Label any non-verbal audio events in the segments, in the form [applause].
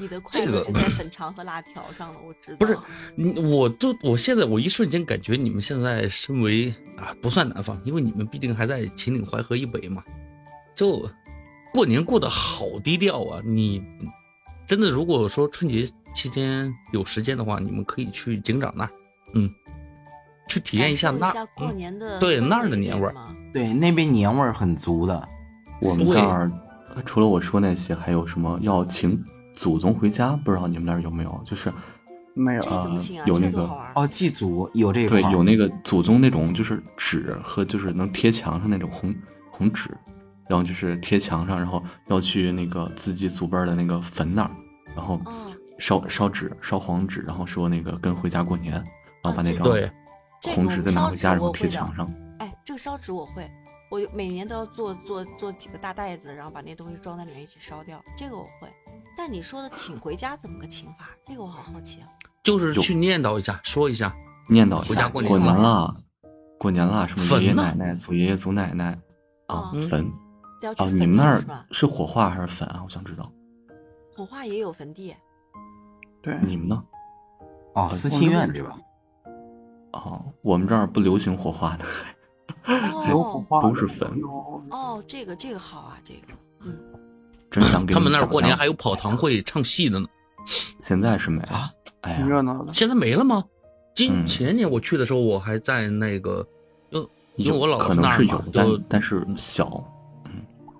你的快这乐个是在粉肠和辣条上的，我知道。不是你嗯我就我现在我一瞬间感觉你们现在身为啊不算南方，因为你们毕竟还在秦岭淮河以北嘛，就过年过得好低调啊！你真的如果说春节期间有时间的话，你们可以去警长那儿，嗯，去体验一下感受那下儿，过嗯，年的对那儿的氛年味儿嘛对，那边年味儿很足的。我们对这儿除了我说那些，还有什么要请祖宗回家？不知道你们那儿有没有？就是没有这啊怎么请啊？有这那多个好玩儿！哦，祭祖有这一块对儿，有那个祖宗那种，就是纸和就是能贴墙上那种红红纸，然后就是贴墙上，然后要去那个自己祖辈儿的那个坟那儿，然后哦烧烧纸烧黄纸，然后说那个跟回家过年，然后把那张对这个红纸再烧拿回纸家，然我后会贴的墙上。哎，这个烧纸我会，我有每年都要做做做几个大袋子，然后把那东西装在里面一起烧掉，这个我会。但你说的请回家怎么个请法？这个我好好奇啊。就是去念叨一下，说一下，念叨一回下家过年年了啦，过年啦，什么坟爷爷呢奶奶、祖爷爷、祖奶奶啊嗯，坟要去啊，坟你们那地儿是吧？是火化还是坟啊？我想知道火化也有坟地，对，你们呢？哦，思亲院对吧？啊，我们这儿不流行火化的，有火哦化都的是坟有哦，这个这个好啊，这个嗯，真想给他们们那儿讲过年讲还有跑堂会、唱戏的呢。现在是没啊了。哎挺呀，热闹的。现在没了吗？今嗯前年我去的时候，我还在那个，因为因有为我老可是能那儿是嘛有，，就嗯但但是小。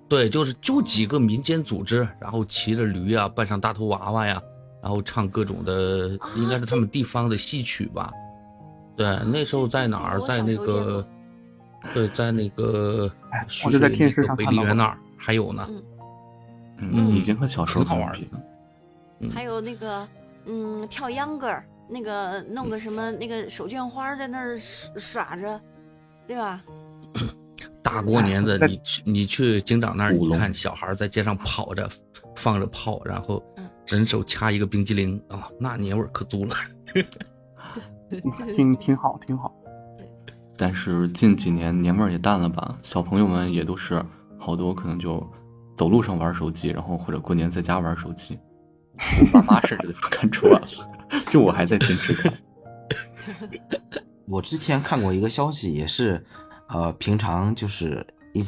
对，就是就几个民间组织，然后骑着驴啊，扮上大头娃娃呀，然后唱各种的，啊应该是他们地方的戏曲吧。对，那时候在哪儿？这这这在那我小时候见个，对，在那个哎，徐我就在水电那视个上北看梨到园过那儿还有呢。嗯嗯，已经和小时候挺好没玩有的比了嗯还有那个嗯跳秧歌儿，那个弄个什么那个手绢花儿在那儿耍耍着，对吧？大过年的，那你去你去警长那儿，舞你龙看小孩在街上跑着，放着炮，然后嗯人手掐一个冰激凌啊，那年味儿可足了。嗯挺挺好，挺好。但是近几年年味儿也淡了吧，小朋友们也都是好多可能就走路上玩手机，然后或者过年在家玩手机。我爸妈甚至都看出来了， [laughs] 就我还在坚持 [laughs] 看。我之前看过一个消息，也是，呃，平常就是一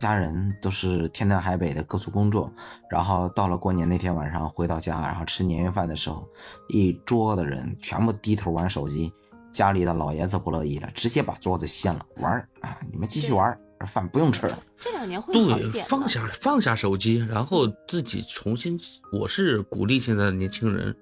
家人都是天南海北的各处工作，然后到了过年那天晚上回到家，然后吃年夜饭的时候，一桌的人全部低头玩手机，家里的老爷子不乐意了，直接把桌子掀了，玩儿啊，你们继续玩儿，饭不用吃了。这两年会好一对，点嗯了放下放下手机，然后自己重新，我是鼓励现在的年轻人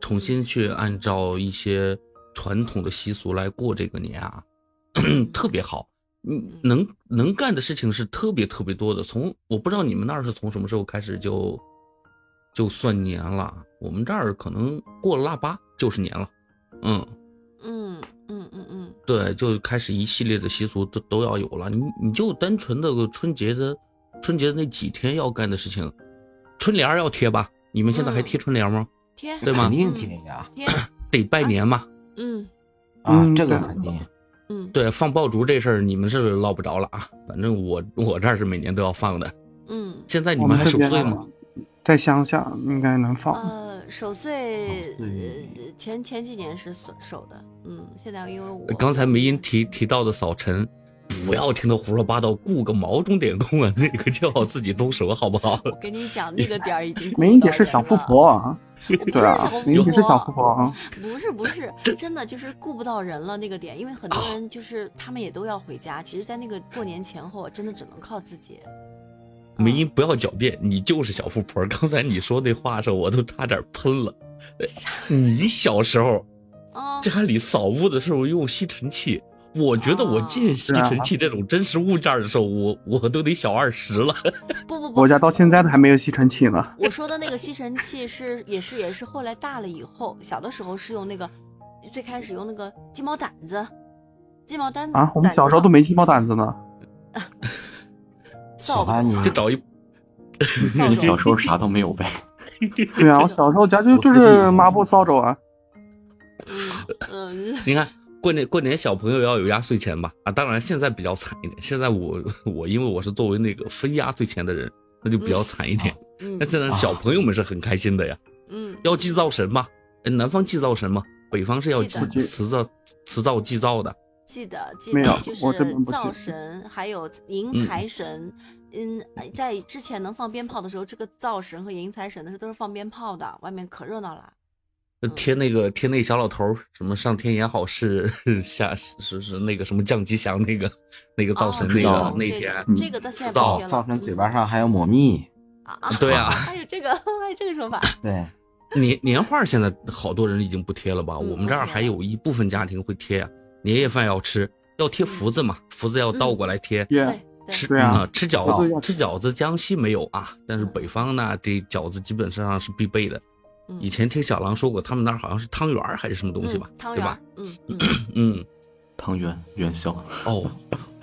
重嗯新去按照一些传统的习俗来过这个年啊， [clears throat] 特别好。你嗯能能干的事情是特别特别多的。从我不知道你们那儿是从什么时候开始就就算年了，我们这儿可能过了腊八就是年了。嗯，嗯嗯嗯嗯，对，就开始一系列的习俗都都要有了。你你就单纯的春节的春节的那几天要干的事情，春联儿要贴吧？你们现在还嗯贴春联吗？贴嗯对吗肯嗯定贴呀，贴，得拜年嘛。嗯啊嗯，这个对肯定。嗯对，放爆竹这事儿你们是落不着了啊。反正我我这儿是每年都要放的。嗯，现在你我们还这守边岁吗？在乡下应该能放。呃，守岁守岁呃前前几年是守守的，嗯，现在因为我刚才梅音提提到的扫尘，不要听他胡说八道，雇个毛钟点工啊，那个就要自己动手，好不好？我跟你讲那个点儿已经梅英姐过不了是小年富了婆啊，我不对是啊小富，梅英姐是小婆富婆啊。不是不 [laughs] 是，真的就是顾不到人了那个点，因为很多哦人就是他们也都要回家，其实，在那个过年前后，真的只能靠自己。嗯梅音不要狡辩，你就是小富婆。 [laughs] 刚才你说那话的时候，我都差点喷了。呃你小时候啊，家里扫屋的时候用吸尘器，我觉得我见吸尘器这种真实物件的时候，我我都得小二十了。不不不我，家到现在都还没有吸尘器呢。我说的那个吸尘器是也是也是后来大了以后，小的时候是用那个，最开始用那个鸡毛掸子，鸡毛掸啊，我们小时候都没没鸡毛掸子呢。扫小把安，你就找一 [laughs] 扫你帚小时候啥都没有呗？对啊，我小时候家就就是抹布、扫帚啊。嗯嗯你看过年过年小朋友要有压岁钱吧？啊，当然现在 [laughs] 比较惨一点。现在我我因为我是作为那个分压岁钱的人，那就比较惨一点。嗯那真的小朋友们是很开心的呀。嗯，要祭灶神嘛，呃南方祭灶神嘛，北方是要记得祭辞灶辞灶祭灶的。记得记没得有，就我是根本不灶记得神，还有迎嗯财神。嗯，在之前能放鞭炮的时候，这个灶神和迎财神的时候都是放鞭炮的，外面可热闹了。呃贴那个贴那小老头儿，什么上天也好，是 [laughs] 下是是那个什么降吉祥那个那个灶神哦那这个种那这天种，这嗯个到现在不灶贴了。灶神嘴嗯巴上还要抹蜜，啊啊！对啊还有这个，还有这个说法。对， [laughs] 年年画现在好多人已经不贴了吧？嗯我们这不儿贴还了有一部分家庭会贴呀、年夜饭要吃，要贴福字嘛，福字要倒过来贴。也对对，吃对啊嗯吃饺饺子子要，吃饺子，江西没有啊，但是嗯北方呢，这饺子基本上是必备的。嗯以前听小狼说过，他们那儿好像是汤圆儿还是什么东西嗯吧，汤对圆吧儿？，嗯嗯，嗯，汤圆、元宵，哦，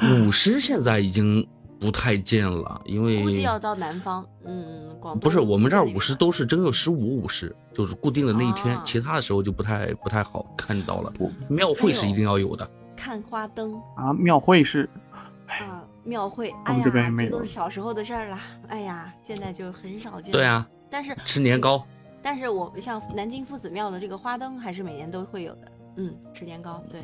舞狮现在已经不太见了，因为估计要到南方，嗯，广东不是我们这儿那边舞狮都是正月十五舞狮，就是固定的那一天，啊其他的时候就不太不太好看到了。我庙会是哎呦一定要有的，看花灯啊，庙会是啊，庙会，我哎哎们呀这边也，没这都有是小时候的事儿了，哎呀，现在就很少见。对，啊，但是吃年糕，但是我像南京夫子庙的这个花灯还是每年都会有的，嗯，吃年糕， [laughs] 对，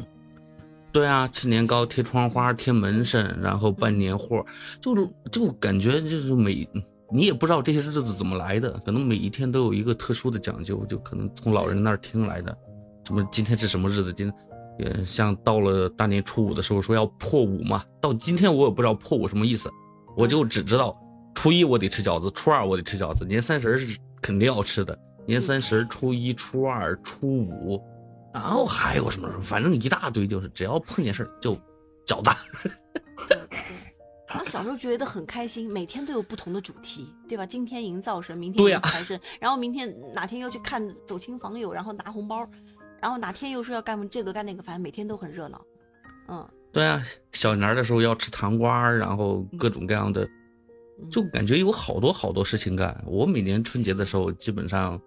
对啊，吃年糕、贴窗花、贴门神，然后办年货，就是就感觉就是每你也不知道这些日子怎么来的，可能每一天都有一个特殊的讲究，就可能从老人那儿听来的。什么今天是什么日子？今呃，像到了大年初五的时候说要破五嘛，到今天我也不知道破五什么意思，我就只知道初一我得吃饺子，初二我得吃饺子，年三十儿是肯定要吃的，年三十儿、初一、初二、初五。然后还有什么？反正一大堆，就是只要碰见事儿就饺子。对对。然后小时候觉得很开心，每天都有不同的主题，对吧？今天营造神，明天对迎呀财神，然后明天哪天又去看走亲访友，然后拿红包，然后哪天又说要干这个干那个，反正每天都很热闹。嗯，对啊，小年儿的时候要吃糖瓜儿，然后各种各样的，嗯就感觉有好多好多事情干。我每年春节的时候，基本上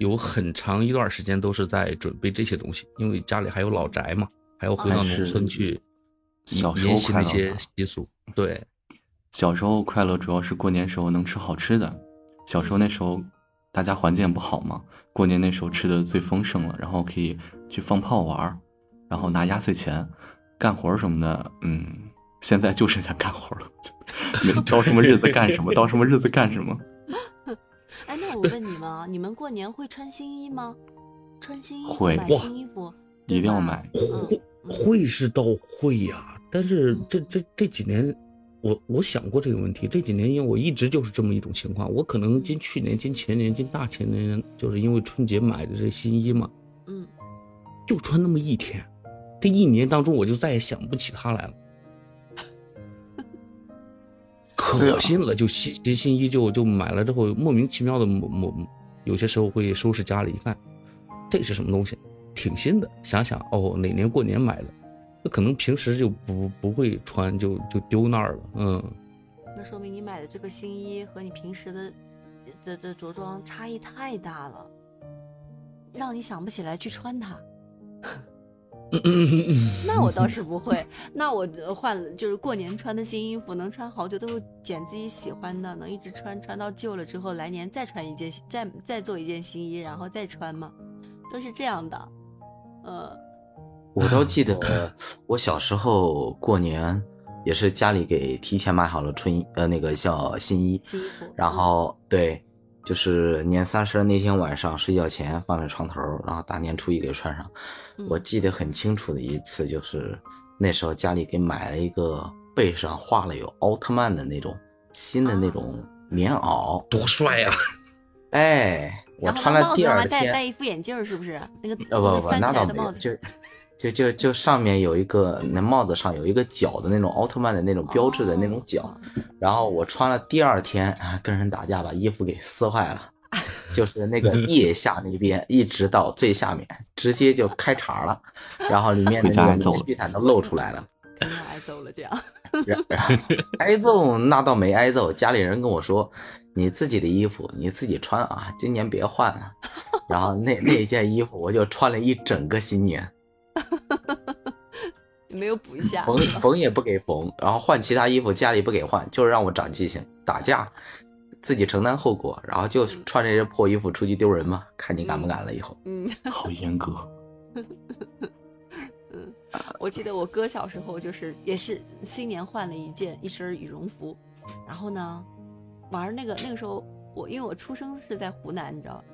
有很长一段时间都是在准备这些东西，因为家里还有老宅嘛，还要回到农村去啊小时候沿袭快那乐些吧习俗。对，小时候快乐主要是过年时候能吃好吃的。小时候那时候大家环境也不好嘛，过年那时候吃的最丰盛了，然后可以去放炮玩儿，然后拿压岁钱，干活儿什么的。嗯，现在就剩下干活儿了，没到什么日子干什么，到什么日子干什么。哎，那我问你们 [laughs] 啊，你们过年会穿新衣吗？穿新衣服会买哇新衣服，一对定要吧买嗯会会是倒会呀、但是这这这几年，我我想过这个问题。这几年因为我一直就是这么一种情况，我可能今去年、今前年、今大前年，就是因为春节买的这新衣嘛，嗯，就穿那么一天，这一年当中我就再也想不起它来了。啊可信了，就新新新衣就就买了之后，莫名其妙的某某有些时候会收拾家里，一看这是什么东西，挺新的，想想哦哪年过年买的，那可能平时就不不会穿，就就丢那儿了，嗯。那说明你买的这个新衣和你平时的的的着装差异太大了，让你想不起来去穿它。嗯嗯嗯嗯 [laughs] 那我倒是不 [laughs] 会，那我呃换了就是过年穿的新衣服，能穿好久，都是捡自己喜欢的，能一直穿，穿到旧了之后，来年再穿一件，再再做一件新衣，然后再穿嘛，都是这样的。呃，我都记得我小时候过年也是家里给提前买好了春衣，呃，那个叫新衣，新衣服嗯然后对，就是年三十那天晚上睡觉前放在床头，然后大年初一给穿上。嗯我记得很清楚的一次就是那时候家里给买了一个背上画了有奥特曼的那种新的那种棉袄，多帅啊呀、哎，我啊然后穿那了帽第子上二还戴天，戴一副眼镜儿，是不是？那个呃那不个不，翻那起来倒的没帽有，子，就就就就上面有一个那帽子上有一个角的那种奥特曼的那种标志的那种角，哦然后我穿了第二天啊跟人打架把衣服给撕坏了，就是那个腋下那边一直到最下面，直接就开茬了，然后里面的回家那挨个揍棉了絮毯都露出来了。肯定要挨揍了这样。然然后挨揍那倒没挨揍，家里人跟我说，你自己的衣服你自己穿啊，今年别换了、然后那那件衣服我就穿了一整个新年，没有补一 [laughs] 下，缝是吧缝也不给缝，然后换其他衣服家里不给换，就是让我长记性。打架，自己承担后果，然后就穿着这件破衣服出去丢人嘛，看你敢不敢了。以后嗯， [laughs] 好严格。我记得我哥小时候就是也是新年换了一件一身羽绒服，然后呢，玩儿那个那个时候我因为我出生是在湖南，你知道，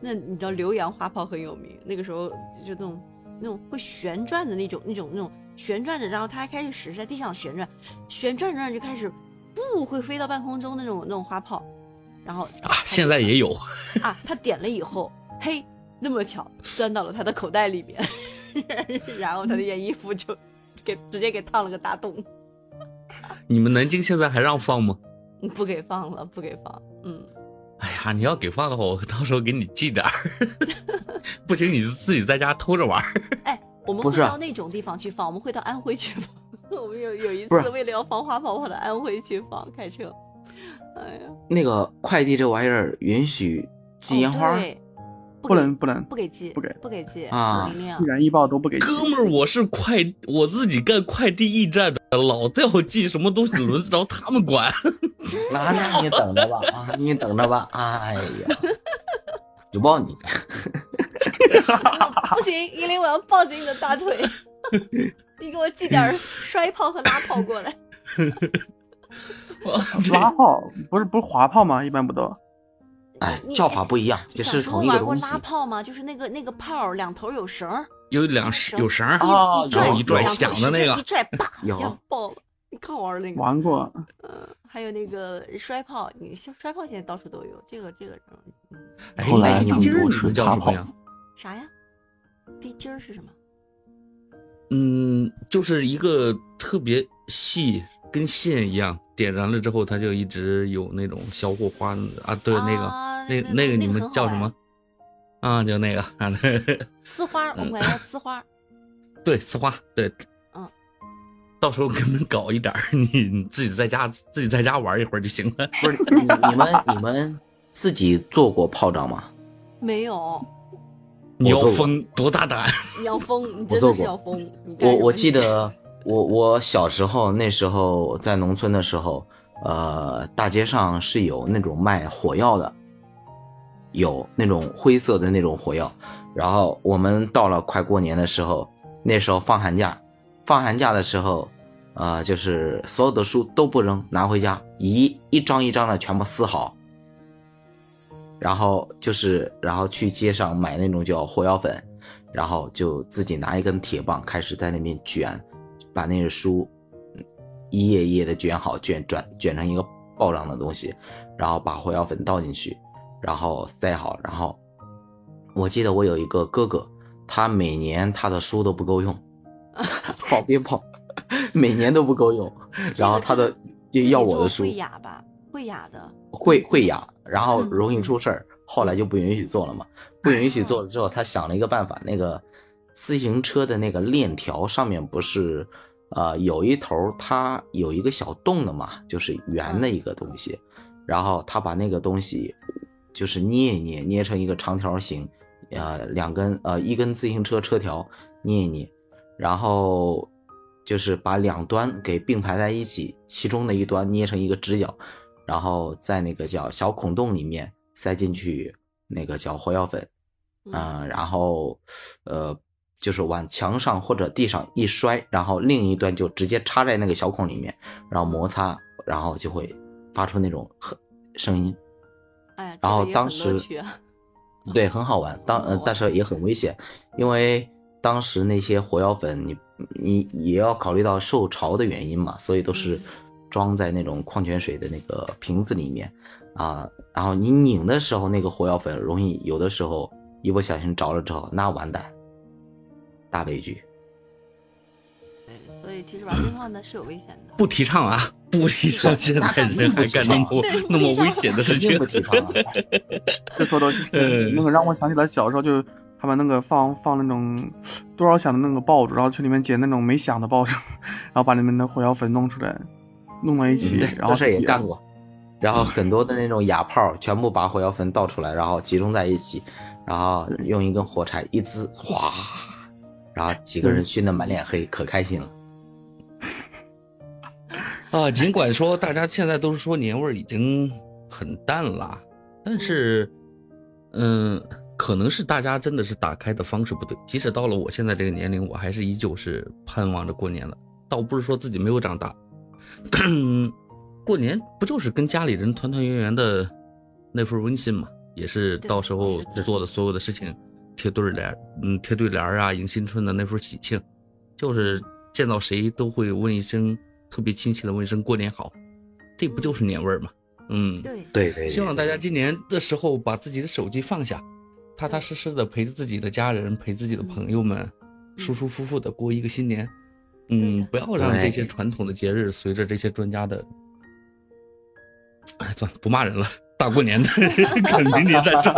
那你知道浏阳花炮很有名，那个时候就那种那种会旋转的那种那种那种旋转着，然后它还开始使在地上旋转，旋转着就开始不会飞到半空中那种那种花炮，然后啊，现在也有，啊，他点了以后，嘿，那么巧钻到了他的口袋里面， [laughs] 然后他嗯那件衣服就给直接给烫了个大洞，你们南京现在还让放吗？不给放了，不给放。嗯，哎呀，你要给放的话，我到时候给你寄点儿。 [laughs] 不行，你就自己在家偷着玩儿。哎，我们不会是啊到那种地方去放，我们会到安徽去放。 [laughs] 我们有有一不是次为了要放花炮，跑到安徽去放，开车。哎呀，那个快递这玩意儿允许寄烟花哦，对不能不能不给寄，不给不给寄啊玲玲易燃易爆都不给寄。哥们儿，我是快，我自己干快递驿站的，老在我寄什么东西轮子着他们管。那那你等着吧啊，你等着吧，哎呀，举报你！不行，依琳，我要抱紧你的大 [laughs] 腿，你给我寄点儿摔炮和拉炮过来。拉炮不是不是滑炮吗？一般不都？哎你，叫法不一样，也小是时候同一个玩过东西拉炮吗？就是那个那个炮儿两头有绳 [laughs] 儿， [laughs] 有两绳有绳儿，哦一拽有一一拽响的那个一 [laughs] 拽啪一有下爆了。你看我玩儿那个，玩过，嗯，还有那个摔炮，你摔摔炮现在到处都有。这个这个，嗯，哎后来哎地更精儿多你是们叫擦什么炮，呀？啥呀？地筋儿是什么？嗯，就是一个特别细，跟线一样，点燃了之后，它就一直有那种小火花啊。对，那个，啊那那个个你们很好叫什玩么？啊，就那个啊，呲花嗯儿，我们管它叫呲花儿。对，呲花，对，嗯，到时候给你们搞一点儿，你你自己在家自己在家玩一会儿就行了。 [laughs] 不是你你们你们自己做过炮仗吗？没有，你要做过疯多大胆？ [laughs] 你要疯，你我真做的是过要疯。你干我什么我你记得我我小时候那时候在农村的时候，呃，大街上是有那种卖火药的，有那种灰色的那种火药。然后我们到了快过年的时候，那时候放寒假，放寒假的时候，呃，就是所有的书都不扔，拿回家一一张一张的全部撕好。然后就是，然后去街上买那种叫火药粉，然后就自己拿一根铁棒开始在那边卷，把那个书嗯一页一页的卷好，卷转卷成一个爆仗的东西，然后把火药粉倒进去，然后塞好，然后我记得我有一个哥哥，他每年他的书都 [laughs] 不够用，放鞭炮，每年都不够用， [laughs] 这然个后他真的就自己要我做的书会哑吧？会哑的。会会哑，然后嗯哎容易出事儿，后来就不允许做了嘛。不允许做了之后，他想了一个办法，那个自行车的那个链条上面不是，呃，有一头儿它有一个小洞的嘛，就是圆的一个东西，然后他把那个东西就是捏一捏，捏成一个长条形，呃，两根呃一根自行车车条捏一捏，然后就是把两端给并排在一起，其中的一端捏成一个直角，然后在那个叫小孔洞里面塞进去那个叫火药粉，嗯嗯、然后呃就是往墙上或者地上一摔，然后另一端就直接插在那个小孔里面，然后摩擦，然后就会发出那种很声音。哎呀，这然个后也当很乐时趣啊 [laughs] 对，很好玩，当很呃好，但是也很危险，因为当时那些火药粉，你你也要考虑到受潮的原因嘛，所以都是嗯装在那种矿泉水的那个瓶子里面啊。然后你拧的时候，那个火药粉容易有的时候一不小心着了之后，那完蛋，大悲剧。对，所以其实玩鞭炮呢是有危险的。不提倡啊，不提倡现在人还干那么那么危险的事肯定情不。提倡啊！这说到就是嗯那个让我想起来小时候就他们那个放放那种多少响的那个爆竹，然后去里面捡那种没响的爆竹， [laughs] 然后把里面的火药粉弄出来，弄到一起，嗯然后这事儿也点干。过。然后很多的那种哑炮，全部把火药粉倒出来，然后集中在一起，然后用一根火柴一滋，哗，然后几个人熏得满脸黑，可开心了。 [laughs] 啊，尽管说大家现在都是说年味儿已经很淡啦，但是，嗯，可能是大家真的是打开的方式不对。即使到了我现在这个年龄，我还是依旧是盼望着过年的，倒不是说自己没有长大。 [coughs] 过年不就是跟家里人团团圆圆的那份温馨嘛？也是对到时候是的做的所有的事情，贴对联儿，嗯，贴对联儿啊，迎新春的那份喜庆，就是见到谁都会问一声，特别亲切的问一声“过年好”，这不就是年味儿吗？嗯，对，对对，希望大家今年的时候把自己的手机放下，踏踏实实的陪着自己的家人，陪自己的朋友们，舒舒服服的过一个新年。对嗯的，不要让对这些传统的节日随着这些专家的，哎，算了，不骂人了。大过年的，肯定你再说。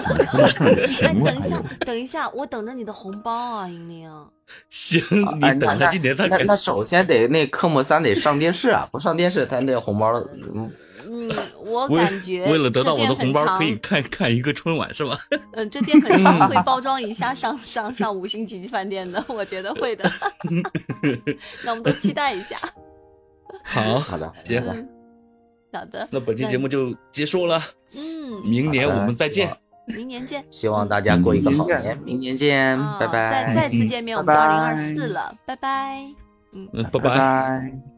怎么说到这儿节哎，等目一还下有？，等一下，我等着你的红包啊，莹莹。行，你哎等那着今年再那给那首先得那科目三得上电视啊，不上电视，他那红包，嗯， [laughs] 嗯，我为感觉为了得这到我淀的粉红包，肠可以看看一个春晚是吧？嗯，这淀粉肠会包装一下上上上五星级饭店的，我觉得 [laughs] 会的。那我们都期待一下。好，好的，行好的嗯，好的，那本期那节目就结束了，嗯，明年我们再见。明年见。希望大家过一个好明年年，明年见，啊拜拜。再再次见面，我们到拜零拜二四了，拜拜。嗯，拜拜拜。